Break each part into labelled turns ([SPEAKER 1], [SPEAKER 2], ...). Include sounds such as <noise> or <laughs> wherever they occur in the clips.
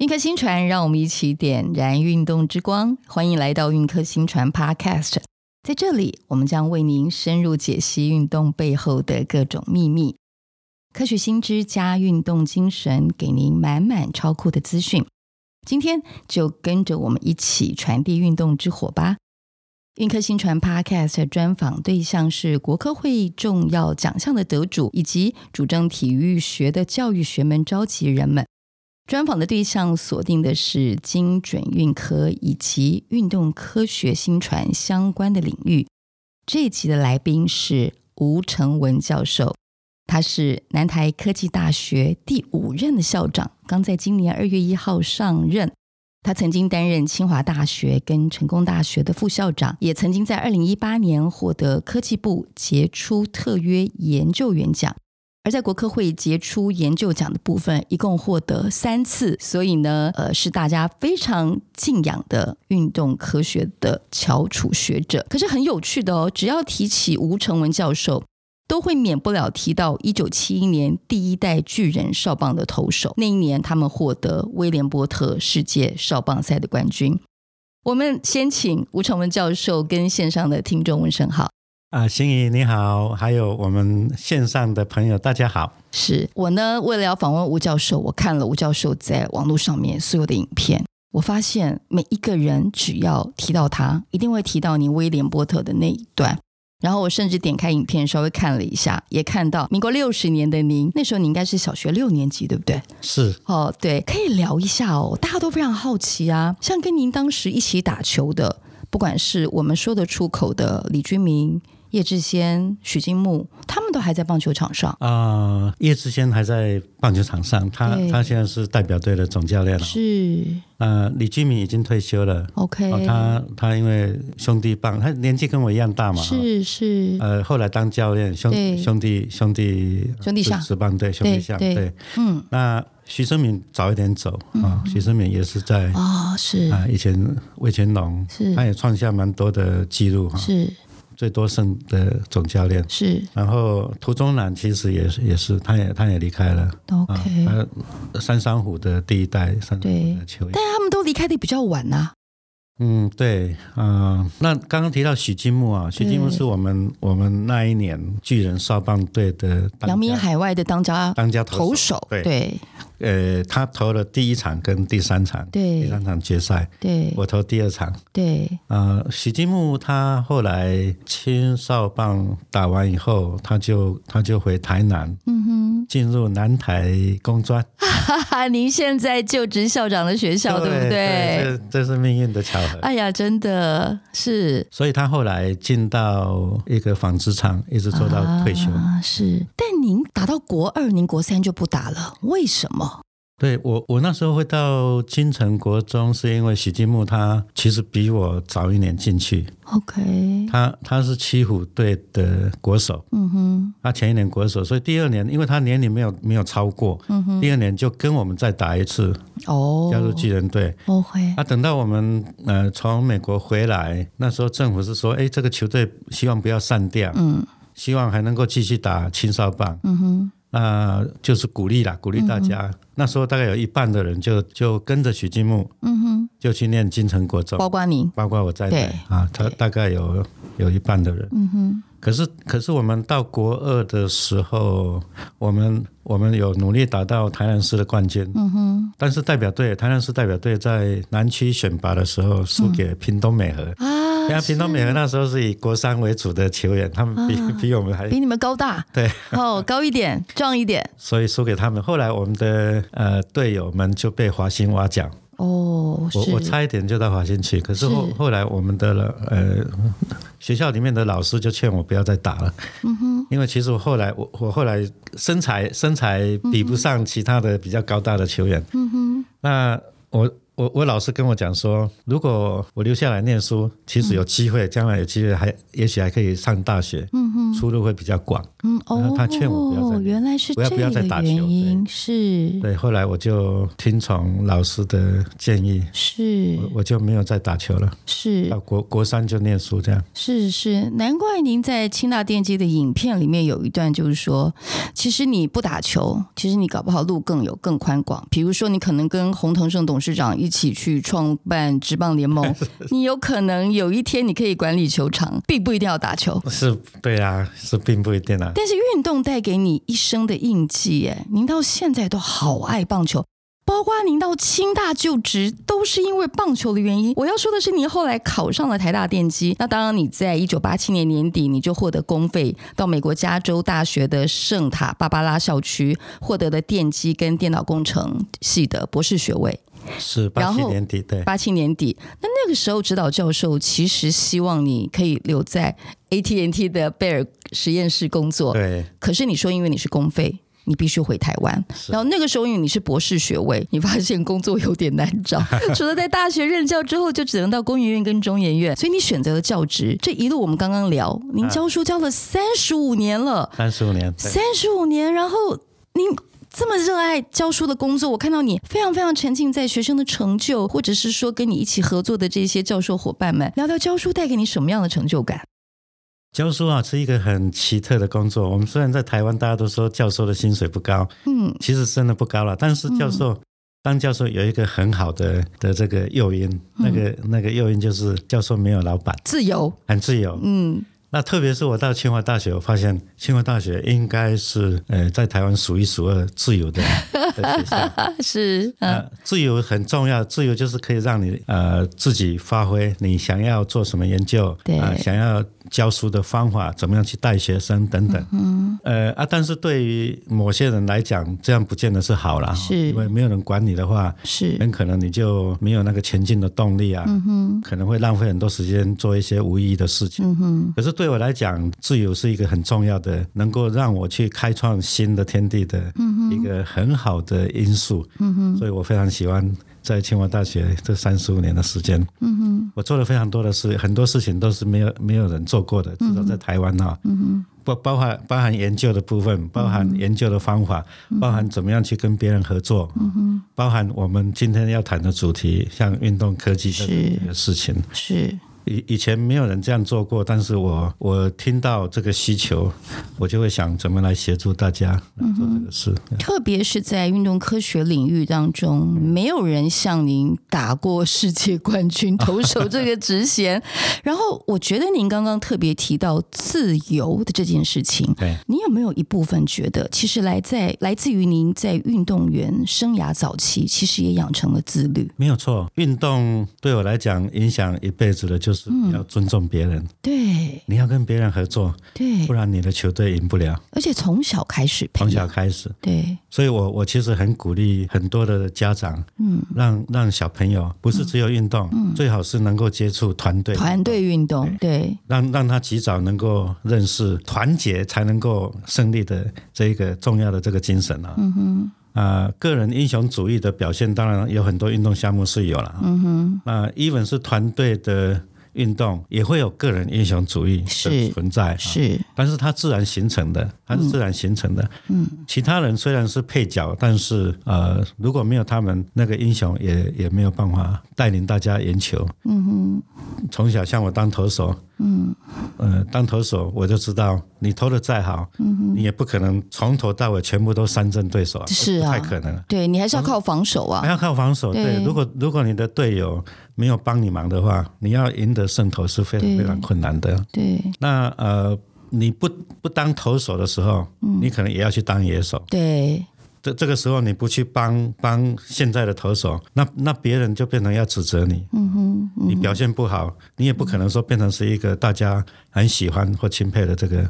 [SPEAKER 1] 运科新船，让我们一起点燃运动之光。欢迎来到运科新船 Podcast，在这里，我们将为您深入解析运动背后的各种秘密，科学新知加运动精神，给您满满超酷的资讯。今天就跟着我们一起传递运动之火吧！运科新传 Podcast 专访对象是国科会重要奖项的得主，以及主张体育学的教育学门召集人们。专访的对象锁定的是精准运科以及运动科学新传相关的领域。这一集的来宾是吴成文教授。他是南台科技大学第五任的校长，刚在今年二月一号上任。他曾经担任清华大学跟成功大学的副校长，也曾经在二零一八年获得科技部杰出特约研究员奖。而在国科会杰出研究奖的部分，一共获得三次，所以呢，呃，是大家非常敬仰的运动科学的翘楚学者。可是很有趣的哦，只要提起吴成文教授，都会免不了提到一九七一年第一代巨人少棒的投手。那一年，他们获得威廉波特世界少棒赛的冠军。我们先请吴成文教授跟线上的听众问声好。
[SPEAKER 2] 啊，心怡你好，还有我们线上的朋友，大家好。
[SPEAKER 1] 是我呢，为了要访问吴教授，我看了吴教授在网络上面所有的影片，我发现每一个人只要提到他，一定会提到你威廉波特的那一段。然后我甚至点开影片稍微看了一下，也看到民国六十年的您，那时候你应该是小学六年级，对不对？
[SPEAKER 2] 是
[SPEAKER 1] 哦，对，可以聊一下哦，大家都非常好奇啊。像跟您当时一起打球的，不管是我们说得出口的李居明、叶志先、许金木，他们都还在棒球场上。
[SPEAKER 2] 啊，叶志先还在棒球场上，他
[SPEAKER 1] 对
[SPEAKER 2] 他现在是代表队的总教练了。
[SPEAKER 1] 是
[SPEAKER 2] 啊，李居明已经退休了。
[SPEAKER 1] OK，、
[SPEAKER 2] 哦，他他因为兄弟棒，他年纪跟我一样大嘛。哦
[SPEAKER 1] 是是，
[SPEAKER 2] 呃，后来当教练，兄
[SPEAKER 1] 对
[SPEAKER 2] 兄弟兄弟
[SPEAKER 1] 兄弟像
[SPEAKER 2] 职棒队兄弟
[SPEAKER 1] 对
[SPEAKER 2] 像
[SPEAKER 1] 对
[SPEAKER 2] 对。
[SPEAKER 1] 嗯，
[SPEAKER 2] 那徐生敏早一点走啊，徐生敏也是在
[SPEAKER 1] 哦，是
[SPEAKER 2] 啊以前魏全龙，
[SPEAKER 1] 是
[SPEAKER 2] 他也创下蛮多的记录哈，
[SPEAKER 1] 是
[SPEAKER 2] 最多胜的总教练。
[SPEAKER 1] 是
[SPEAKER 2] 然后涂中南其实也是也是，他也他也离开了。
[SPEAKER 1] ，OK，、
[SPEAKER 2] 啊，他三山虎的第一代三
[SPEAKER 1] 嗯
[SPEAKER 2] 山
[SPEAKER 1] 对
[SPEAKER 2] 虎的球员。
[SPEAKER 1] 但他们都离开的比较晚啊呐、
[SPEAKER 2] 嗯，对，啊、那刚刚提到许金木啊，许金木
[SPEAKER 1] 对
[SPEAKER 2] 是我们我们那一年巨人少棒队的当家
[SPEAKER 1] 扬名海外的当家
[SPEAKER 2] 当家
[SPEAKER 1] 投
[SPEAKER 2] 投手。
[SPEAKER 1] 手，
[SPEAKER 2] 对
[SPEAKER 1] 对
[SPEAKER 2] 呃，他投了第一场跟第三场，
[SPEAKER 1] 对
[SPEAKER 2] 第三场决赛，
[SPEAKER 1] 对
[SPEAKER 2] 我投第二场。
[SPEAKER 1] 对
[SPEAKER 2] 啊、许金木他后来青少棒打完以后，他就他就回台南，
[SPEAKER 1] 嗯哼， <laughs>
[SPEAKER 2] 进入南台工专，
[SPEAKER 1] 哈哈，您现在就职校长的学校，对不对？
[SPEAKER 2] 对？这这是命运的巧合。
[SPEAKER 1] 哎呀，真的是
[SPEAKER 2] 所以他后来进到一个纺织厂，一直做到退休。
[SPEAKER 1] 啊，是。但您打到国二，您国三就不打了，为什么？
[SPEAKER 2] 对我，我那时候会到金城国中，是因为许金木他其实比我早一年进去，
[SPEAKER 1] OK，
[SPEAKER 2] 他他是七虎队的国手，
[SPEAKER 1] 嗯哼，
[SPEAKER 2] 他前一年国手，所以第二年因为他年龄没有没有超过，
[SPEAKER 1] 嗯哼，
[SPEAKER 2] 第二年就跟我们再打一次，
[SPEAKER 1] 哦，
[SPEAKER 2] 加入啊巨人队。
[SPEAKER 1] OK，
[SPEAKER 2] 那、等到我们呃从美国回来，那时候政府是说，哎，这个球队希望不要散掉，
[SPEAKER 1] 嗯
[SPEAKER 2] 希望还能够继续打青少棒，
[SPEAKER 1] 嗯哼，
[SPEAKER 2] 那就是鼓励啦，鼓励大家。那时候大概有一半的人就就跟着许金木
[SPEAKER 1] 嗯哼，
[SPEAKER 2] 就去念金城国中，
[SPEAKER 1] 包括您，
[SPEAKER 2] 包括我在内
[SPEAKER 1] 哦对
[SPEAKER 2] 啊，他大概有有一半的人。
[SPEAKER 1] 嗯哼。
[SPEAKER 2] 可是可是我们到国二的时候，我们我们有努力打到台南市的冠军，
[SPEAKER 1] 嗯哼
[SPEAKER 2] 但是代表队台南市代表队在南区选拔的时候输给屏东美和。
[SPEAKER 1] 啊，
[SPEAKER 2] 因为屏东美和那时候是以国三为主的球员，他们比、比我们还
[SPEAKER 1] 比你们高大，
[SPEAKER 2] 对，
[SPEAKER 1] 哦，高一点，壮一点，
[SPEAKER 2] 所以输给他们。后来我们的呃队友们就被华兴挖角，
[SPEAKER 1] 哦，
[SPEAKER 2] 我
[SPEAKER 1] 是
[SPEAKER 2] 我差一点就到华兴去，可是后
[SPEAKER 1] 是
[SPEAKER 2] 后来我们的呃学校里面的老师就劝我不要再打了，嗯哼，因为其实我后来我我后来身材身材比不上其他的比较高大的球员，嗯哼，那我。我我老师跟我讲说，如果我留下来念书，其实有机会，将来有机会还也许还可以上大学，
[SPEAKER 1] 嗯哼，
[SPEAKER 2] 出路会比较广。
[SPEAKER 1] 嗯
[SPEAKER 2] 然
[SPEAKER 1] 哦，
[SPEAKER 2] 后他劝我不要再打
[SPEAKER 1] 原来是
[SPEAKER 2] 不要
[SPEAKER 1] 这
[SPEAKER 2] 不要再打
[SPEAKER 1] 个
[SPEAKER 2] 球
[SPEAKER 1] 原因，是
[SPEAKER 2] 对，后来我就听从老师的建议，
[SPEAKER 1] 是
[SPEAKER 2] 我我就没有再打球了，
[SPEAKER 1] 是
[SPEAKER 2] 到国国三就念书这样。
[SPEAKER 1] 是是，难怪您在清大电机的影片里面有一段，就是说，其实你不打球，其实你搞不好路更有更宽广。比如说，你可能跟洪腾胜董事长一起去创办职棒联盟， <laughs> 你有可能有一天你可以管理球场，并不一定要打球。
[SPEAKER 2] 是，对啊，是并不一定啊。
[SPEAKER 1] 但是运动带给你一生的印记，耶！您到现在都好爱棒球，包括您到清大就职，都是因为棒球的原因。我要说的是，您后来考上了台大电机，那当然你在一九八七年年底你就获得公费，到美国加州大学的圣塔芭芭拉校区获得了电机跟电脑工程系的博士学位。
[SPEAKER 2] 是
[SPEAKER 1] 然
[SPEAKER 2] 八
[SPEAKER 1] 后
[SPEAKER 2] 七年底，对，
[SPEAKER 1] 八七年底，那那个时候指导教授其实希望你可以留在 AT&T 的贝尔实验室工作，
[SPEAKER 2] 对，
[SPEAKER 1] 可是你说因为你是公费，你必须回台湾。
[SPEAKER 2] 是
[SPEAKER 1] 然后那个时候因为你是博士学位，你发现工作有点难
[SPEAKER 2] <laughs>
[SPEAKER 1] 找，除了在大学任教之后，就只能到工研院跟中研院，所以你选择了教职。这一路我们刚刚聊，您教书教了三十五年了，
[SPEAKER 2] 三十五年，对
[SPEAKER 1] 三十五年，然后您。这么热爱教书的工作，我看到你非常非常沉浸在学生的成就，或者是说跟你一起合作的这些教授伙伴们，聊聊教书带给你什么样的成就感？
[SPEAKER 2] 教书啊是一个很奇特的工作。我们虽然在台湾大家都说教授的薪水不高，
[SPEAKER 1] 嗯，
[SPEAKER 2] 其实真的不高了，但是教授。当教授有一个很好的的这个诱因，
[SPEAKER 1] 嗯
[SPEAKER 2] 那个那个诱因就是教授没有老板，
[SPEAKER 1] 自由，
[SPEAKER 2] 很自由。
[SPEAKER 1] 嗯，
[SPEAKER 2] 那特别是我到清华大学，我发现清华大学应该是呃在台湾数一数二自
[SPEAKER 1] <laughs>
[SPEAKER 2] 由的的学校。
[SPEAKER 1] 是，嗯
[SPEAKER 2] 呃，自由很重要，自由就是可以让你呃自己发挥你想要做什么研究，
[SPEAKER 1] 对
[SPEAKER 2] 啊、想要教书的方法，怎么样去带学生等等。嗯，呃啊，但是对于某些人来讲，这样不见得是好啦，
[SPEAKER 1] 是
[SPEAKER 2] 因为没有人管你的话，
[SPEAKER 1] 是，
[SPEAKER 2] 很可能你就没有那个前进的动力啊，可能会浪费很多时间做一些无意义的事情。可是对我来讲，自由是一个很重要的，能够让我去开创新的天地的一个很好的因素。所以我非常喜欢。在清华大学这三十五年的时间，嗯哼，我做了非常多的事，很多事情都是没有没有人做过的，至少在台湾哈、嗯哼，嗯包包含包含研究的部分，包含研究的方法，包含怎么样去跟别人合作，嗯哼，包含我们今天要谈的主题，像运动科技这
[SPEAKER 1] 是
[SPEAKER 2] 这个事情，
[SPEAKER 1] 是，
[SPEAKER 2] 以以前没有人这样做过，但是我我听到这个需求，我就会想怎么来协助大家来做这个事。
[SPEAKER 1] 特别是在运动科学领域当中，没有人像您打过世界冠军投手这个职衔。 <laughs> 然后，我觉得您刚刚特别提到自由的这件事情，
[SPEAKER 2] 对，
[SPEAKER 1] 你有没有一部分觉得，其实来在来自于您在运动员生涯早期，其实也养成了自律？
[SPEAKER 2] 没有错。运动对我来讲影响一辈子的，就是要尊重别人，
[SPEAKER 1] 对
[SPEAKER 2] 你要跟别人合作，
[SPEAKER 1] 对
[SPEAKER 2] 不，然你的球队赢不了。
[SPEAKER 1] 而且从小开始培
[SPEAKER 2] 从
[SPEAKER 1] 养，
[SPEAKER 2] 小开始，
[SPEAKER 1] 对，
[SPEAKER 2] 所以我我其实很鼓励很多的家长，嗯，让让小朋友不是只有运动，最好是能够接触团队，
[SPEAKER 1] 团队运动，对，
[SPEAKER 2] 让让他及早能够认识团结，才能够胜利的这一个重要的这个精神啊。嗯哼。啊、个人英雄主义的表现，当然有很多运动项目是有了。嗯哼。那、even 是团队的运动，也会有个人英雄主义
[SPEAKER 1] 是
[SPEAKER 2] 的存在、啊。
[SPEAKER 1] 是
[SPEAKER 2] 但是它自然形成的，它是自然形成的。嗯，其他人虽然是配角，但是呃，如果没有他们，那个英雄也也没有办法带领大家赢球。嗯哼，从小像我当投手，嗯，呃，当投手我就知道，你投的再好，嗯、你也不可能从头到尾全部都三振对手，
[SPEAKER 1] 是啊
[SPEAKER 2] 不太可能。
[SPEAKER 1] 对，你还是要靠防守啊
[SPEAKER 2] 还。要靠防守，
[SPEAKER 1] 对
[SPEAKER 2] 对。如果如果你的队友没有帮你忙的话，你要赢得胜投是非常
[SPEAKER 1] 对
[SPEAKER 2] 非常困难的。
[SPEAKER 1] 对
[SPEAKER 2] 那呃，你不不当投手的时候，你可能也要去当野手。
[SPEAKER 1] 对，
[SPEAKER 2] 这这个时候你不去帮帮现在的投手，那那别人就变成要指责你。嗯哼，你表现不好，你也不可能说变成是一个大家很喜欢或钦佩的这个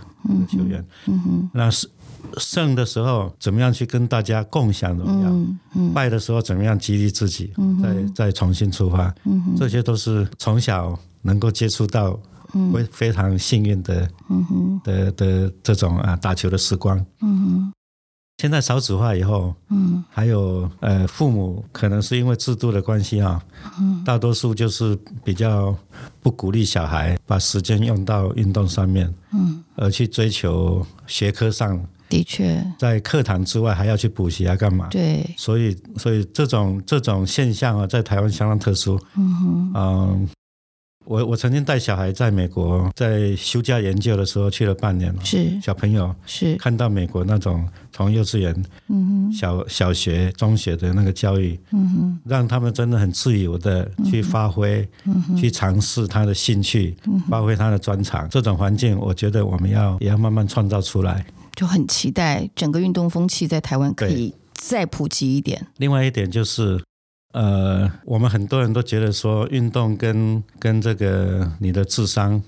[SPEAKER 2] 球员。嗯哼，那是。胜的时候怎么样去跟大家共享荣耀？
[SPEAKER 1] 嗯
[SPEAKER 2] 败的时候怎么样激励自己？再再重新出发？
[SPEAKER 1] 嗯
[SPEAKER 2] 这些都是从小能够接触到，
[SPEAKER 1] 嗯
[SPEAKER 2] 会非呃
[SPEAKER 1] 嗯
[SPEAKER 2] 常幸运的的的这种啊打球的时光。现在少子化以后，嗯，还有呃，父母可能是因为制度的关系啊，嗯，大多数就是比较不鼓励小孩把时间用到运动上面，嗯，而去追求学科上，
[SPEAKER 1] 的确，
[SPEAKER 2] 在课堂之外还要去补习啊，干嘛？
[SPEAKER 1] 对，
[SPEAKER 2] 所以，所以这种这种现象啊，在台湾相当特殊。嗯哼，嗯、呃，我我曾经带小孩在美国在休假研究的时候去了半年了，
[SPEAKER 1] 是
[SPEAKER 2] 小朋友
[SPEAKER 1] 是
[SPEAKER 2] 看到美国那种从幼稚园、嗯、小小学、中学的那个教育，嗯、让他们真的很自由的去发挥、嗯、去尝试他的兴趣、发挥他的专长。这种环境，我觉得我们要也要慢慢创造出来。
[SPEAKER 1] 就很期待整个运动风气在台湾可以再普及一点。
[SPEAKER 2] 另外一点就是。呃，我们很多人都觉得说，运动跟跟这个你的智商，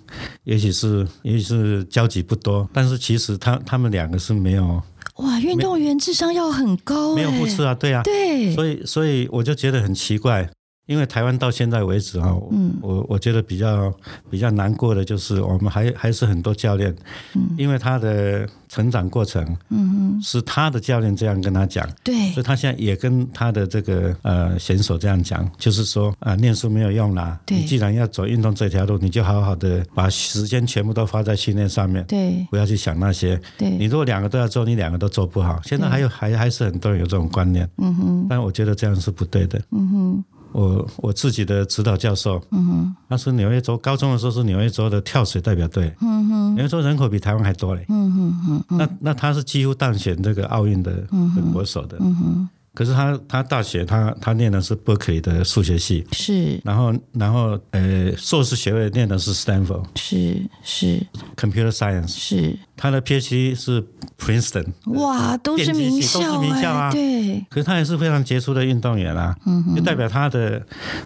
[SPEAKER 2] 也许是也许是交集不多，但是其实他他们两个是没有。
[SPEAKER 1] 哇，运动员智商要很高、欸，
[SPEAKER 2] 没有互斥啊，对啊，
[SPEAKER 1] 对，
[SPEAKER 2] 所以所以我就觉得很奇怪，因为台湾到现在为止啊，嗯，我我觉得比较比较难过的就是我们还还是很多教练，嗯，因为他的。成长过程，嗯嗯，是他的教练这样跟他讲，
[SPEAKER 1] 对，
[SPEAKER 2] 所以他现在也跟他的这个呃选手这样讲，就是说啊、呃，念书没有用啦，你既然要走运动这条路，你就好好的把时间全部都花在训练上面，
[SPEAKER 1] 对，
[SPEAKER 2] 不要去想那些，
[SPEAKER 1] 对，
[SPEAKER 2] 你如果两个都要做，你两个都做不好。现在还有还还是很多人有这种观念，嗯哼，但我觉得这样是不对的，嗯哼。我我自己的指导教授，嗯哼，他是纽约州高中的时候是纽约州的跳水代表队，嗯哼，纽约州人口比台湾还多嘞，嗯哼哼，那那他是几乎当选这个奥运的国手的，嗯哼，可是他他大学他他念的是伯克利的数学系，
[SPEAKER 1] 是，
[SPEAKER 2] 然后然后呃硕士学位念的是 Stanford，
[SPEAKER 1] 是是
[SPEAKER 2] Computer Science，
[SPEAKER 1] 是，
[SPEAKER 2] 他的 PhD 是 Princeton，
[SPEAKER 1] 哇，都是名欸
[SPEAKER 2] 校，都是名校啊，
[SPEAKER 1] 对。
[SPEAKER 2] 可是他也是非常杰出的运动员啊，嗯、就代表他的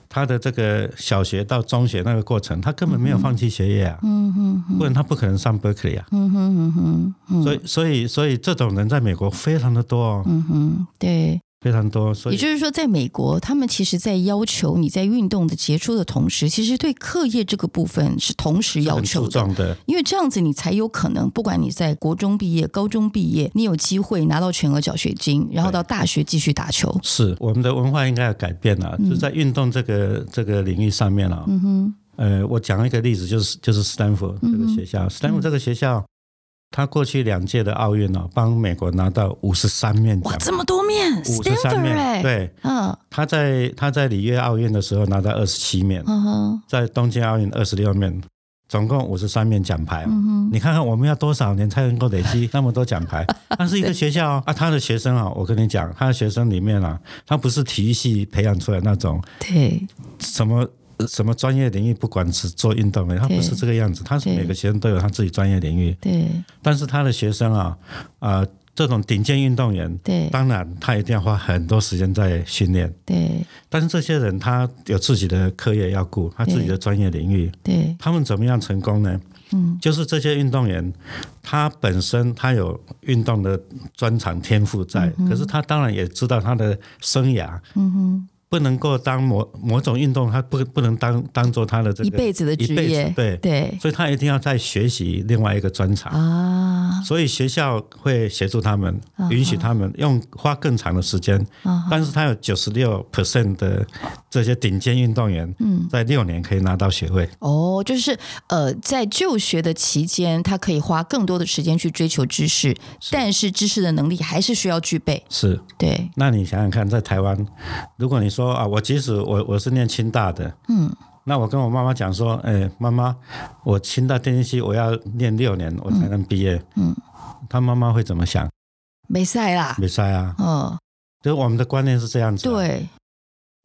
[SPEAKER 2] 他的这个小学到中学那个过程，他根本没有放弃学业啊，嗯、不然他不可能上 Berkeley 啊。嗯嗯、所以所以所以这种人在美国非常的多哦，
[SPEAKER 1] 嗯哼，对，
[SPEAKER 2] 非常多。所
[SPEAKER 1] 以也就是说，在美国，他们其实在要求你在运动的杰出的同时，其实对课业这个部分是同时要求
[SPEAKER 2] 的，的
[SPEAKER 1] 因为这样子你才有可能，不管你在国中毕业、高中毕业，你有机会拿到全额奖学金，然后到大学继续打球。
[SPEAKER 2] 是我们的文化应该要改变了、啊，嗯、就在运动这个这个领域上面了、啊。嗯哼，呃，我讲一个例子，就是就是斯坦福
[SPEAKER 1] 嗯
[SPEAKER 2] 这个学校，斯坦福这个学校。他过去两届的奥运哦，帮美国拿到五十三面奖，
[SPEAKER 1] 哇，这么多面，
[SPEAKER 2] 五十三面，
[SPEAKER 1] 欸、
[SPEAKER 2] 对，嗯，他在他在里约奥运的时候拿到二十七面，嗯、在东京奥运二十六面，总共五十三面奖牌。嗯、你看看我们要多少年才能够累积 <laughs> 那么多奖牌？他是一个学校、 <laughs> 哦、啊，他的学生啊、哦，我跟你讲，他的学生里面啊，他不是体育系培养出来那种，
[SPEAKER 1] 对，
[SPEAKER 2] 什么。什么专业领域，不管是做运动员，他不是这个样子，他是每个学生都有他自己专业领域。
[SPEAKER 1] 对，
[SPEAKER 2] 但是他的学生啊，啊、呃，这种顶尖运动员，
[SPEAKER 1] 对，
[SPEAKER 2] 当然他一定要花很多时间在训练。
[SPEAKER 1] 对，
[SPEAKER 2] 但是这些人他有自己的课业要顾，他自己的专业领域。
[SPEAKER 1] 对，
[SPEAKER 2] 他们怎么样成功呢？嗯，就是这些运动员，他本身他有运动的专长天赋在，嗯、可是他当然也知道他的生涯。嗯哼。不能够当某某种运动，他不不能当当做他的这个
[SPEAKER 1] 一辈子的职业，
[SPEAKER 2] 对
[SPEAKER 1] 对，对
[SPEAKER 2] 所以他一定要在学习另外一个专长啊。所以学校会协助他们，啊、允许他们用花更长的时间，啊、但是他有九十六 percent 的这些顶尖运动员，嗯，在六年可以拿到学位。
[SPEAKER 1] 哦，就是呃，在就学的期间，他可以花更多的时间去追求知识，是但是知识的能力还是需要具备。
[SPEAKER 2] 是，
[SPEAKER 1] 对。
[SPEAKER 2] 那你想想看，在台湾，如果你说。说啊，我即使我我是念清大的，嗯，那我跟我妈妈讲说，哎，妈妈，我清大电机系我要念六年，我才能毕业，嗯，她、嗯、妈妈会怎么想？
[SPEAKER 1] 没晒啦，
[SPEAKER 2] 没晒啊，嗯，就是我们的观念是这样子、
[SPEAKER 1] 啊，对。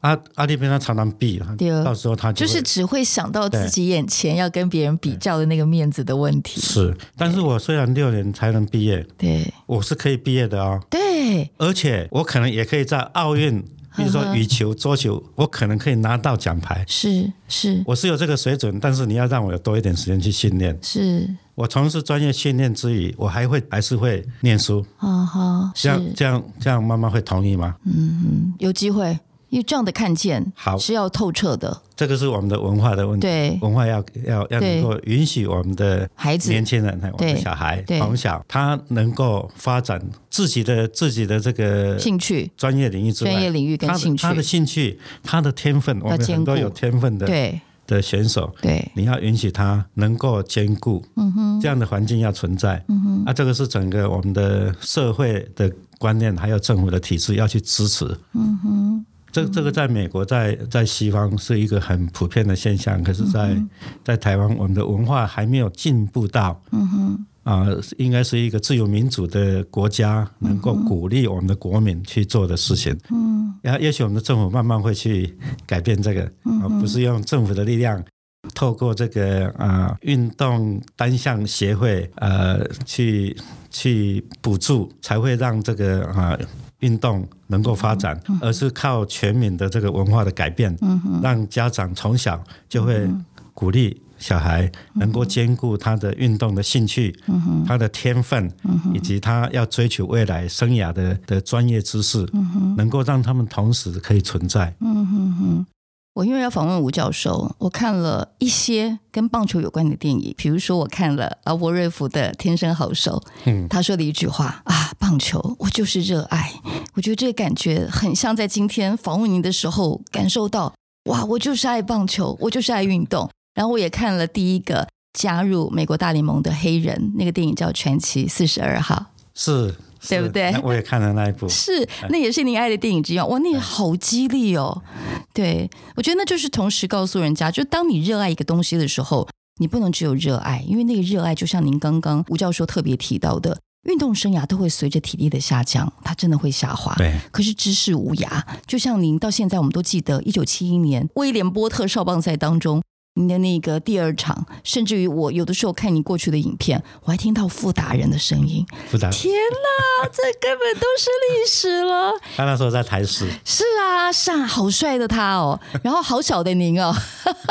[SPEAKER 2] 阿阿弟被他常常比，到时候他
[SPEAKER 1] 就是只会想到自己眼前要跟别人比较的那个面子的问题。
[SPEAKER 2] 是，但是我虽然六年才能毕业，
[SPEAKER 1] 对，
[SPEAKER 2] 我是可以毕业的哦。
[SPEAKER 1] 对，
[SPEAKER 2] 而且我可能也可以在奥运。比如说羽球、桌球，我可能可以拿到奖牌。
[SPEAKER 1] 是是，
[SPEAKER 2] 我是有这个水准，但是你要让我有多一点时间去训练。
[SPEAKER 1] 是，
[SPEAKER 2] 我从事专业训练之余，我还会还是会念书。
[SPEAKER 1] 啊哈，
[SPEAKER 2] 这样这样这样，妈妈会同意吗？
[SPEAKER 1] 嗯嗯，有机会。因为这样的看见
[SPEAKER 2] 好嗯
[SPEAKER 1] 是要透彻的，
[SPEAKER 2] 这个是我们的文化的问题，
[SPEAKER 1] 对
[SPEAKER 2] 文化要要要
[SPEAKER 1] 对
[SPEAKER 2] 能够允许我们的
[SPEAKER 1] 孩子
[SPEAKER 2] 年轻人，还有我
[SPEAKER 1] 对
[SPEAKER 2] 们的小孩
[SPEAKER 1] 对
[SPEAKER 2] 从小他能够发展自己的自己的这个
[SPEAKER 1] 兴趣、
[SPEAKER 2] 专业领域之外，
[SPEAKER 1] 专业领域跟
[SPEAKER 2] 他的
[SPEAKER 1] 兴趣
[SPEAKER 2] 他，的兴趣、他的天分，我们
[SPEAKER 1] 兼
[SPEAKER 2] 很多
[SPEAKER 1] 顾
[SPEAKER 2] 有天分的
[SPEAKER 1] 对
[SPEAKER 2] 的选手，
[SPEAKER 1] 对，
[SPEAKER 2] 你要允许他能够兼顾，嗯哼，这样的环境要存在，嗯哼，啊，这个是整个我们的社会的观念，还有政府的体制要去支持，嗯哼。这
[SPEAKER 1] 嗯
[SPEAKER 2] 这个在美国在在西方是一个很普遍的现象，可是在，在、
[SPEAKER 1] 嗯
[SPEAKER 2] 台湾，我们的文化还没有进步到，嗯哼，啊、应该是一个自由民主的国家，能够鼓励我们的国民去做的事情，嗯，然后也许我们的政府慢慢会去改变这个，啊、不是用政府的力量透过这个啊、呃运动单项协会呃去去补助，才会让这个啊、呃运动能够发展，而是靠全民的这个文化的改变，
[SPEAKER 1] 嗯
[SPEAKER 2] 让家长从小就会鼓励。小孩能够兼顾他的运动的兴趣、
[SPEAKER 1] 嗯
[SPEAKER 2] 他的天分，以及他要追求未来生涯的的专业知识，
[SPEAKER 1] 嗯
[SPEAKER 2] 能够让他们同时可以存在。
[SPEAKER 1] 我因为要访问吴教授，我看了一些跟棒球有关的电影，比如说我看了劳勃瑞福的《天生好手》，
[SPEAKER 2] 嗯
[SPEAKER 1] 他说的一句话啊，棒球我就是热爱，我觉得这个感觉很像在今天访问您的时候感受到，哇，我就是爱棒球，我就是爱运动。然后我也看了第一个加入美国大联盟的黑人那个电影叫《传奇四十二号》，
[SPEAKER 2] 是，是
[SPEAKER 1] 对不对
[SPEAKER 2] 那我也看了那一部，
[SPEAKER 1] 是，那也是您爱的电影之一。哇，那个好激励哦！对，我觉得那就是同时告诉人家，就当你热爱一个东西的时候，你不能只有热爱，因为那个热爱就像您刚刚吴教授特别提到的，运动生涯都会随着体力的下降，它真的会下滑。
[SPEAKER 2] 对，
[SPEAKER 1] 可是知识无涯，就像您到现在我们都记得，一九七一年威廉波特少棒赛当中。您的那个第二场，甚至于我有的时候看你过去的影片，我还听到傅达人的声音，
[SPEAKER 2] 不达
[SPEAKER 1] 天哪，这根本都是历史了！
[SPEAKER 2] 他那时候在台视，
[SPEAKER 1] 是啊，是啊，好帅的他哦，然后好小的您哦， <laughs>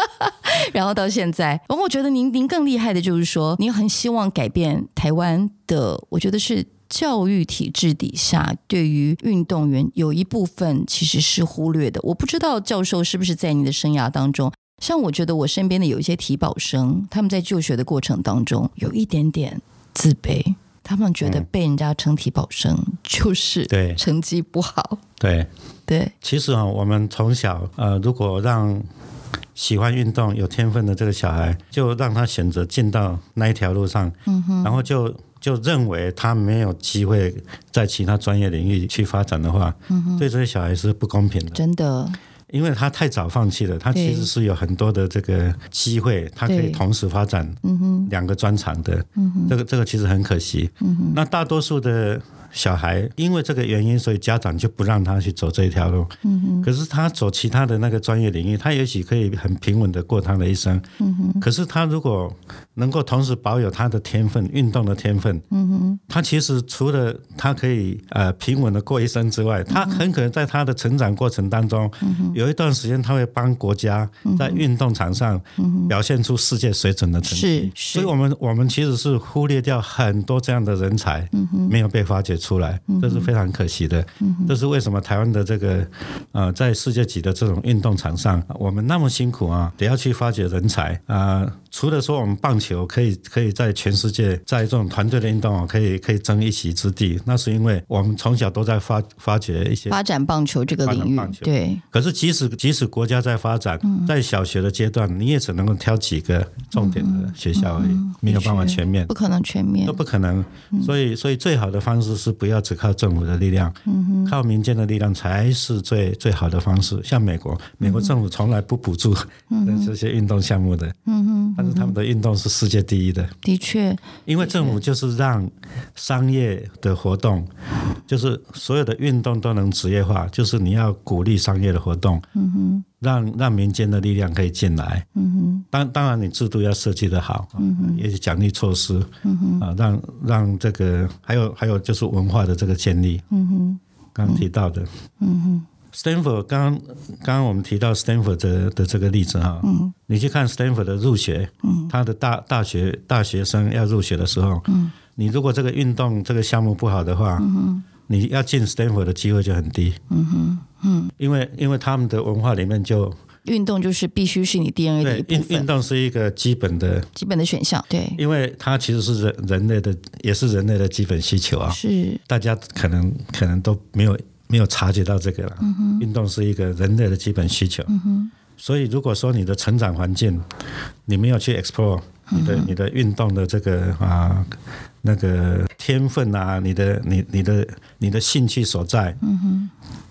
[SPEAKER 1] 然后到现在，然后我觉得您您更厉害的就是说，您很希望改变台湾的，我觉得是。教育体制底下，对于运动员有一部分其实是忽略的。我不知道教授是不是在你的生涯当中，像我觉得我身边的有一些体保生，他们在就学的过程当中有一点点自卑，他们觉得被人家称体保生就是
[SPEAKER 2] 对
[SPEAKER 1] 成绩不好，
[SPEAKER 2] 对，
[SPEAKER 1] 对，
[SPEAKER 2] 其实啊、我们从小呃，如果让喜欢运动、有天分的这个小孩，就让他选择进到那一条路上，嗯、然后就就认为他没有机会在其他专业领域去发展的话，嗯、对这些小孩是不公平的，
[SPEAKER 1] 真的，
[SPEAKER 2] 因为他太早放弃了，他
[SPEAKER 1] 对
[SPEAKER 2] 其实是有很多的这个机会，他可
[SPEAKER 1] 对
[SPEAKER 2] 以同时发展
[SPEAKER 1] 嗯哼，
[SPEAKER 2] 两个专长的，这个这个其实很可惜。那大多数的小孩因为这个原因，所以家长就不让他去走这一条路。可是他走其他的那个专业领域，他也许可以很平稳的过他的一生。可是他如果能够同时保有他的天分，运动的天分，他其实除了他可以呃平稳的过一生之外，他很可能在他的成长过程当中，有一段时间他会帮国家在运动场上表现出世界水准的成绩。
[SPEAKER 1] 是是
[SPEAKER 2] 所以我们我们其实是忽略掉很多这样的人才，
[SPEAKER 1] 嗯
[SPEAKER 2] 没有被发掘出来，这是非常可惜的。这是为什么台湾的这个呃在世界级的这种运动场上，我们那么辛苦啊，得要去发掘人才啊、呃除了说我们棒球可以可以在全世界在这种团队的运动啊，可以可以争一席之地，那是因为我们从小都在发发掘一些。
[SPEAKER 1] 发展棒球这个领
[SPEAKER 2] 发展棒
[SPEAKER 1] 域，
[SPEAKER 2] 球
[SPEAKER 1] 对，
[SPEAKER 2] 可是即使即使国家在发展，
[SPEAKER 1] 嗯
[SPEAKER 2] 在小学的阶段，你也只能够挑几个重点
[SPEAKER 1] 嗯
[SPEAKER 2] 的学校而已，没有办法
[SPEAKER 1] 的确
[SPEAKER 2] 全面
[SPEAKER 1] 不。可能全面
[SPEAKER 2] 嗯都，不可能，所以所以最好的方式是不要只靠政府的力量，靠民间的力量才是最最好的方式。像美国，美国政府从来不补助 <laughs> 这些运动项目的，但是他们的运动是世界第一的，
[SPEAKER 1] 的确，
[SPEAKER 2] 因为政府就是让商业的活动，就是所有的运动都能职业化，就是你要鼓励商业的活动，
[SPEAKER 1] 嗯
[SPEAKER 2] 让让民间的力量可以进来，当当然，你制度要设计的好，嗯也是奖励措施，嗯啊，让让这个还有还有就是文化的这个建立，嗯哼，刚刚提到的，嗯哼，Stanford 刚刚刚我们提到 Stanford 的的这个例子哈，嗯，你去看 Stanford 的入学，嗯，他的大大学大学生要入学的时候，嗯，你如果这个运动这个项目不好的话，嗯你要进 Stanford 的机会就很低。嗯哼，嗯，因为因为他们的文化里面就
[SPEAKER 1] 运动就是必须是你 DNA 的
[SPEAKER 2] 对
[SPEAKER 1] 一部
[SPEAKER 2] 运
[SPEAKER 1] 分
[SPEAKER 2] 运，动是一个基本的，
[SPEAKER 1] 基本的选项。对，
[SPEAKER 2] 因为它其实是人人类的，也是人类的基本需求啊。
[SPEAKER 1] 是
[SPEAKER 2] 大家可能可能都没有没有察觉到这个了。运动是一个人类的基本需求。所以如果说你的成长环境，你没有去 explore 你的、你的运动的这个啊那个天分啊，你的你你的你的兴趣所在，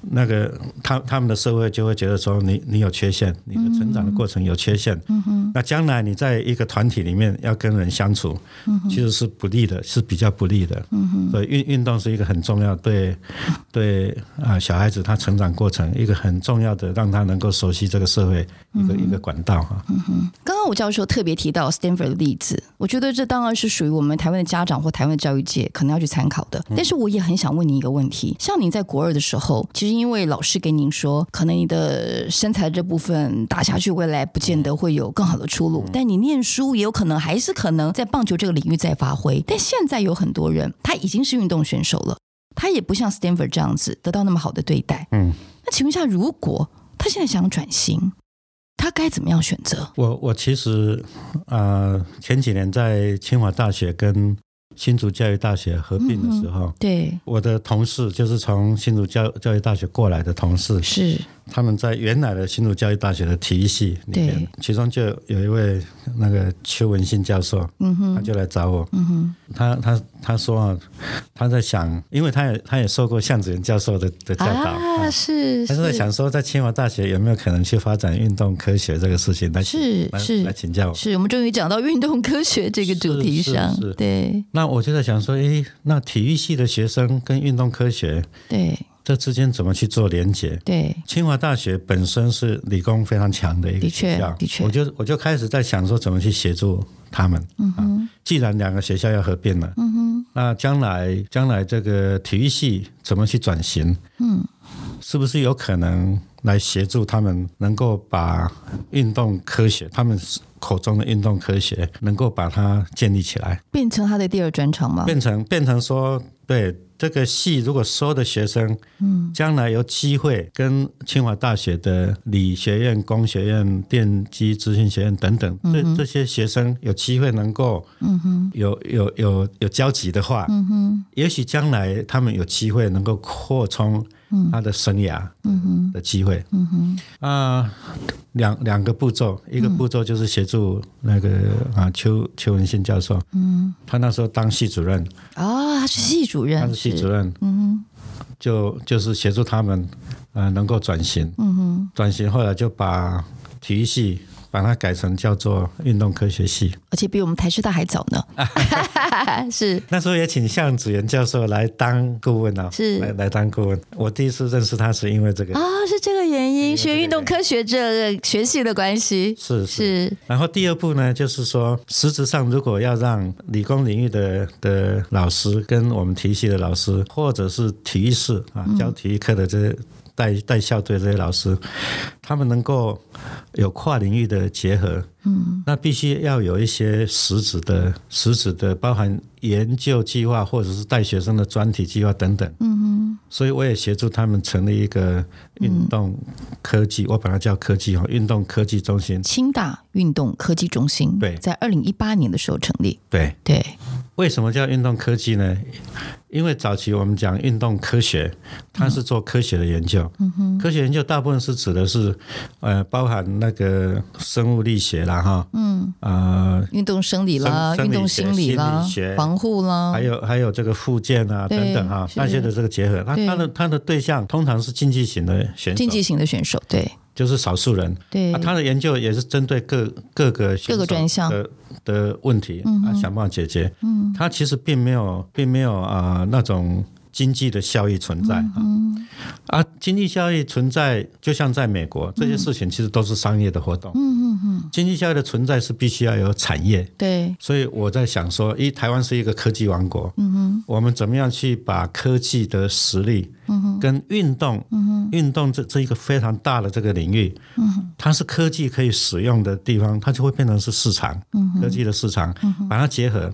[SPEAKER 2] 那个他他们的社会就会觉得说你你有缺陷，你的成长的过程有缺陷。那将来你在一个团体里面要跟人相处，其实是不利的，是比较不利的。所以运运动是一个很重要对对啊、小孩子他成长过程一个很重要的让他能够熟悉这个社会一个、一个管道哈。
[SPEAKER 1] 刚刚吴教授特别提到 Stanford 的例子，我觉得这当然是属于我们台湾的家长或台湾的教育界可能要去参考的。但是我也很想问您一个问题：像您在国二的时候，其实因为老师给您说，可能你的身材这部分打下去，未来不见得会有更好的出路，但你念书也有可能还是可能在棒球这个领域再发挥。但现在有很多人他已经是运动选手了，他也不像 Stanford 这样子得到那么好的对待。
[SPEAKER 2] 嗯，
[SPEAKER 1] 那请问一下，如果他现在想转型，他该怎么样选择？
[SPEAKER 2] 我我其实呃前几年在清华大学跟新竹教育大学合并的时候。
[SPEAKER 1] 嗯对，
[SPEAKER 2] 我的同事就是从新竹教教育大学过来的同事，
[SPEAKER 1] 是
[SPEAKER 2] 他们在原来的新竹教育大学的体育系里面
[SPEAKER 1] 对，
[SPEAKER 2] 其中就有一位那个邱文信教授，
[SPEAKER 1] 嗯哼，
[SPEAKER 2] 他就来找我，
[SPEAKER 1] 嗯哼，
[SPEAKER 2] 他他他说啊，他在想，因为他也他也受过向子元教授的的教导。
[SPEAKER 1] 啊，是，
[SPEAKER 2] 他是在想说，在清华大学有没有可能去发展运动科学这个事情来请
[SPEAKER 1] 是
[SPEAKER 2] 来
[SPEAKER 1] 是
[SPEAKER 2] 来请教我？
[SPEAKER 1] 是我们终于讲到运动科学这个主题上
[SPEAKER 2] 是是，是
[SPEAKER 1] 对
[SPEAKER 2] 那我就在想说，诶，那体育系的学生跟运动科学
[SPEAKER 1] 对
[SPEAKER 2] 这之间怎么去做连结？
[SPEAKER 1] 对，
[SPEAKER 2] 清华大学本身是理工非常强的一个
[SPEAKER 1] 的确
[SPEAKER 2] 学校，
[SPEAKER 1] 的确
[SPEAKER 2] 我就我就开始在想说怎么去协助他们。嗯哼，既然两个学校要合并了，嗯哼，那将来将来这个体育系怎么去转型？嗯，是不是有可能来协助他们能够把运动科学，他们口中的运动科学，能够把它建立起来，
[SPEAKER 1] 变成他的第二专场嘛，
[SPEAKER 2] 变成变成说对。这个系如果收的学生，将来有机会跟清华大学的理学院、工学院、电机资讯学院等等，对、这些学生有机会能够，有有有有交集的话，也许将来他们有机会能够扩充他的生涯的机会，啊、两两个步骤，一个步骤就是协助那个啊邱邱文信教授，他那时候当系主任，
[SPEAKER 1] 啊，他是系主任，
[SPEAKER 2] 他是系主任，嗯就就是协助他们，呃，能够转型，嗯哼，转型后来就把体育系把它改成叫做运动科学系。
[SPEAKER 1] 而且比我们台师大还早呢，
[SPEAKER 2] <laughs>
[SPEAKER 1] <laughs> 是
[SPEAKER 2] 那时候也请向子元教授来当顾问啊，
[SPEAKER 1] 是
[SPEAKER 2] 来来当顾问。我第一次认识他是因为这个，
[SPEAKER 1] 啊，是这个原因，学运动科学这个学系的关系，
[SPEAKER 2] 是是。
[SPEAKER 1] 是
[SPEAKER 2] 然后第二步呢，就是说，实质上如果要让理工领域的的老师跟我们体育系的老师，或者是体育室啊教体育课的这些带带校队这些老师，他们能够有跨领域的结合，嗯，那必须要有一些实质的、实质的，包含研究计划或者是带学生的专题计划等等，嗯所以我也协助他们成立一个运动科技，我把它叫科技哈，运动科技中心，
[SPEAKER 1] 清大运动科技中心，
[SPEAKER 2] 对
[SPEAKER 1] 在二零一八年的时候成立，
[SPEAKER 2] 对。
[SPEAKER 1] 对，
[SPEAKER 2] 为什么叫运动科技呢？因为早期我们讲运动科学，它是做科学的研究。科学研究大部分是指的是，呃，包含那个生物力学啦，哈，嗯，呃，
[SPEAKER 1] 运动生理啦，
[SPEAKER 2] 生生理
[SPEAKER 1] 运动
[SPEAKER 2] 学
[SPEAKER 1] 心理啦
[SPEAKER 2] 心理学，
[SPEAKER 1] 防护啦，
[SPEAKER 2] 还有还有这个附件啊
[SPEAKER 1] 对
[SPEAKER 2] 等等哈，
[SPEAKER 1] 是
[SPEAKER 2] 那些的这个结合，它
[SPEAKER 1] 对
[SPEAKER 2] 它的它的对象通常是竞技型的选手
[SPEAKER 1] 竞，技型的选手，对
[SPEAKER 2] 就是少数人。
[SPEAKER 1] 对
[SPEAKER 2] 啊，他的研究也是针对各各个选手
[SPEAKER 1] 各个专项
[SPEAKER 2] 的的问题，啊，想办法解决。嗯，他其实并没有，并没有啊、呃那种经济的效益存在
[SPEAKER 1] 嗯
[SPEAKER 2] 啊。啊，经济效益存在，就像在美国，这些
[SPEAKER 1] 嗯
[SPEAKER 2] 事情其实都是商业的活动。嗯嗯嗯，经济效益的存在是必须要有产业，
[SPEAKER 1] 对
[SPEAKER 2] 所以我在想说，一台湾是一个科技王国，嗯哼，我们怎么样去把科技的实力，嗯哼，跟运动，嗯哼，运动这这一个非常大的这个领域，嗯哼，它是科技可以使用的地方，它就会变成是市场，嗯科技的市场，把它结合，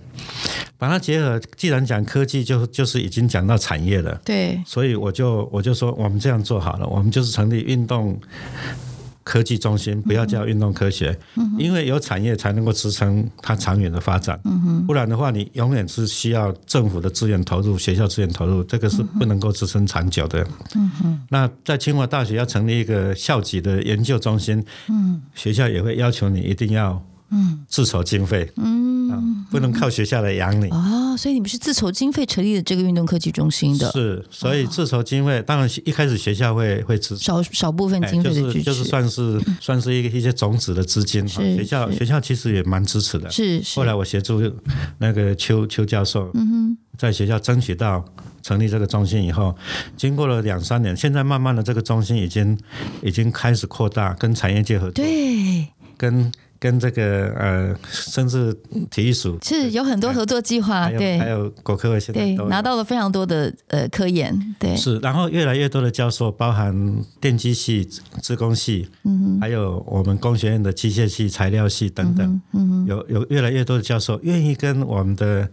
[SPEAKER 2] 把它结合。既然讲科技就，就就是已经讲到产业了，
[SPEAKER 1] 对，
[SPEAKER 2] 所以我就我就说，我们这样做好了，我们就是成立运动。科技中心不要叫运动科学，嗯、因为有产业才能够支撑它长远的发展，嗯、不然的话，你永远是需要政府的资源投入、学校资源投入，这个是不能够支撑长久的。嗯、那在清华大学要成立一个校级的研究中心，学校也会要求你一定要。嗯，自筹经费，嗯、啊，不能靠学校来养你
[SPEAKER 1] 哦，所以你们是自筹经费成立的这个运动科技中心的，
[SPEAKER 2] 是，所以自筹经费，哦、当然一开始学校会会支
[SPEAKER 1] 少少部分经费的支持、哎，嗯
[SPEAKER 2] 就是就是算是算是一个一些种子的资金，啊、学校学校其实也蛮支持的，
[SPEAKER 1] 是是。
[SPEAKER 2] 后来我协助那个邱邱教授，嗯哼，在学校争取到。成立这个中心以后，经过了两三年，现在慢慢的这个中心已经已经开始扩大，跟产业界合作，
[SPEAKER 1] 对，
[SPEAKER 2] 跟。跟这个呃，甚至体育署
[SPEAKER 1] 是有很多合作计划，啊对，
[SPEAKER 2] 还有国科会现在
[SPEAKER 1] 对拿到了非常多的呃科研，对，
[SPEAKER 2] 是，然后越来越多的教授，包含电机系、资工系，嗯，还有我们工学院的机械系、材料系等等，嗯，嗯有有越来越多的教授愿意跟我们的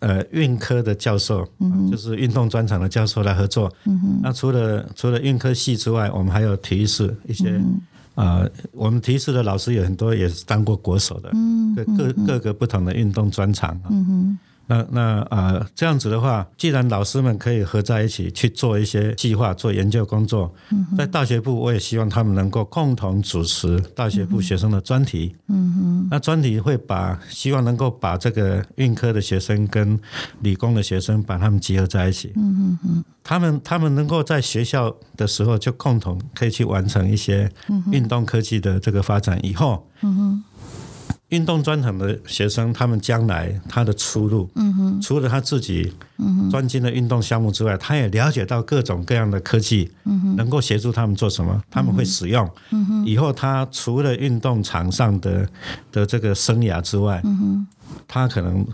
[SPEAKER 2] 呃运科的教授，嗯、就是运动专场的教授来合作，嗯那除了除了运科系之外，我们还有体育室一些。嗯啊、呃，我们体育的老师有很多也是当过国手的，嗯，各各、嗯、各个不同的运动专长啊。嗯那那啊、呃，这样子的话，既然老师们可以合在一起去做一些计划、做研究工作，嗯、在大学部，我也希望他们能够共同主持大学部学生的专题。嗯哼，那专题会把希望能够把这个运科的学生跟理工的学生把他们集合在一起。嗯哼哼，他们他们能够在学校的时候就共同可以去完成一些运动科技的这个发展以后。嗯哼。运动专场的学生，他们将来他的出路，嗯、除了他自己专精的运动项目之外，他也了解到各种各样的科技，嗯、能够协助他们做什么，他们会使用。嗯、以后他除了运动场上的的这个生涯之外，他可能。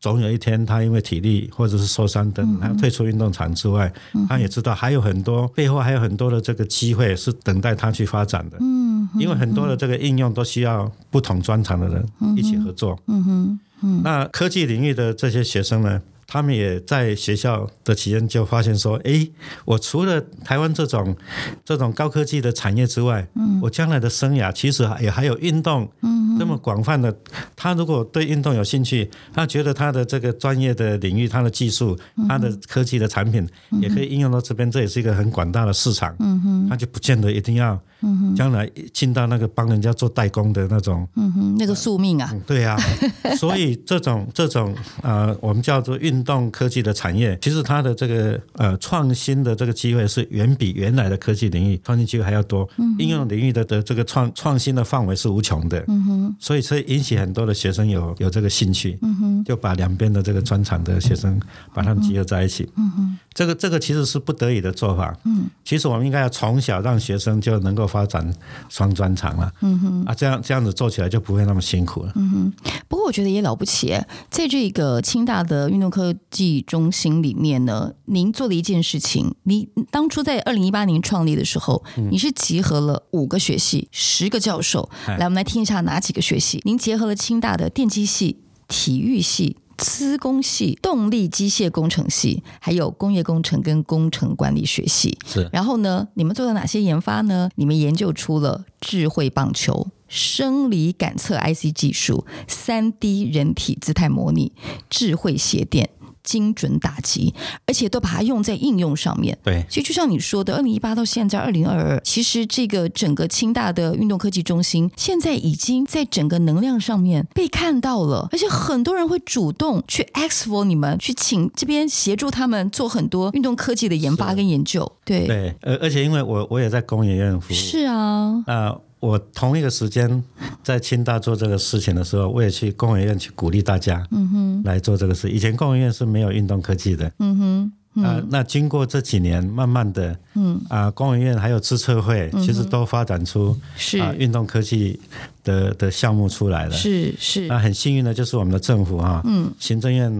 [SPEAKER 2] 总有一天，他因为体力或者是受伤等，他退出运动场之外，嗯、他也知道还有很多背后还有很多的这个机会是等待他去发展的。嗯，因为很多的这个应用都需要不同专长的人一起合作。嗯哼，嗯哼那科技领域的这些学生呢？他们也在学校的期间就发现说，哎，我除了台湾这种这种高科技的产业之外，嗯，我将来的生涯其实也还有运动，嗯，那么广泛的，他如果对运动有兴趣，他觉得他的这个专业的领域、他的技术、他的科技的产品、嗯、也可以应用到这边，这也是一个很广大的市场，嗯哼，他就不见得一定要。嗯，将来进到那个帮人家做代工的那种，
[SPEAKER 1] 嗯哼，那个宿命啊，
[SPEAKER 2] 嗯、对啊， <laughs> 所以这种这种呃，我们叫做运动科技的产业，其实它的这个呃创新的这个机会是远比原来的科技领域创新机会还要多，嗯、应用领域的的这个创创新的范围是无穷的，嗯哼，所以所以引起很多的学生有有这个兴趣，嗯哼，就把两边的这个专场的学生把他们集合在一起，嗯哼，这个这个其实是不得已的做法，嗯，其实我们应该要从小让学生就能够。发展双专长了，嗯哼，啊，这样这样子做起来就不会那么辛苦了，嗯
[SPEAKER 1] 哼。不过我觉得也了不起，在这个清大的运动科技中心里面呢，您做了一件事情，你当初在二零一八年创立的时候，嗯、你是集合了五个学系、十个教授，来，我们来听一下哪几个学系？您结合了清大的电机系、体育系。资工系、动力机械工程系，还有工业工程跟工程管理学系。
[SPEAKER 2] 是，
[SPEAKER 1] 然后呢，你们做了哪些研发呢？你们研究出了智慧棒球、生理感测 IC 技术、三 D 人体姿态模拟、智慧鞋垫。精准打击，而且都把它用在应用上面。
[SPEAKER 2] 对，
[SPEAKER 1] 所以就像你说的，二零一八到现在二零二二，其实这个整个清大的运动科技中心，现在已经在整个能量上面被看到了，而且很多人会主动去 ask for 你们，去请这边协助他们做很多运动科技的研发跟研究。对
[SPEAKER 2] 对，而而且因为我我也在工研院服务，
[SPEAKER 1] 是啊，
[SPEAKER 2] 那、呃。我同一个时间在清大做这个事情的时候，我也去工研院去鼓励大家，嗯哼，来做这个事。以前工研院是没有运动科技的，嗯哼。啊，那经过这几年，慢慢的，嗯啊，工研院还有资策会，其实都发展出
[SPEAKER 1] 是
[SPEAKER 2] 啊运动科技的的项目出来了。
[SPEAKER 1] 是是
[SPEAKER 2] 那很幸运的就是我们的政府啊，嗯，行政院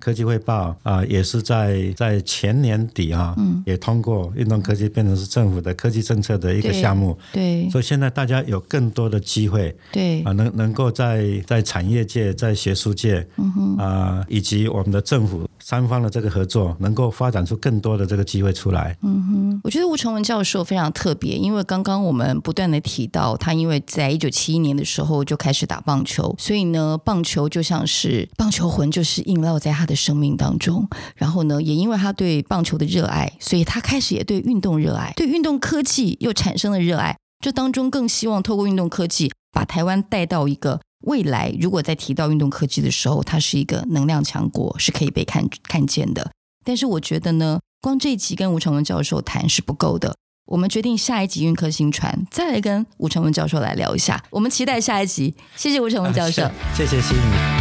[SPEAKER 2] 科技汇报啊，也是在在前年底啊，嗯，也通过运动科技变成是政府的科技政策的一个
[SPEAKER 1] 对
[SPEAKER 2] 项目，
[SPEAKER 1] 对
[SPEAKER 2] 所以现在大家有更多的机会
[SPEAKER 1] 对
[SPEAKER 2] 啊，能能够在在产业界、在学术界，
[SPEAKER 1] 嗯
[SPEAKER 2] 啊，以及我们的政府三方的这个合作，能够发展出更多的这个机会出来。
[SPEAKER 1] 我觉得吴成文教授非常特别，因为刚刚我们不断的提到，他因为在一九七一年的时候就开始打棒球，所以呢，棒球就像是棒球魂，就是萦绕在他的生命当中。然后呢，也因为他对棒球的热爱，所以他开始也对运动热爱，对运动科技又产生了热爱。这当中更希望透过运动科技，把台湾带到一个未来，如果在提到运动科技的时候，它是一个能量强国，是可以被看看见的。但是我觉得呢，光这一集跟吴成文教授谈是不够的。我们决定下一集运科新传
[SPEAKER 2] 啊
[SPEAKER 1] 再来跟吴成文教授来聊一下。我们期待下一集，谢谢吴成文教授。
[SPEAKER 2] 啊谢谢谢谢心宇。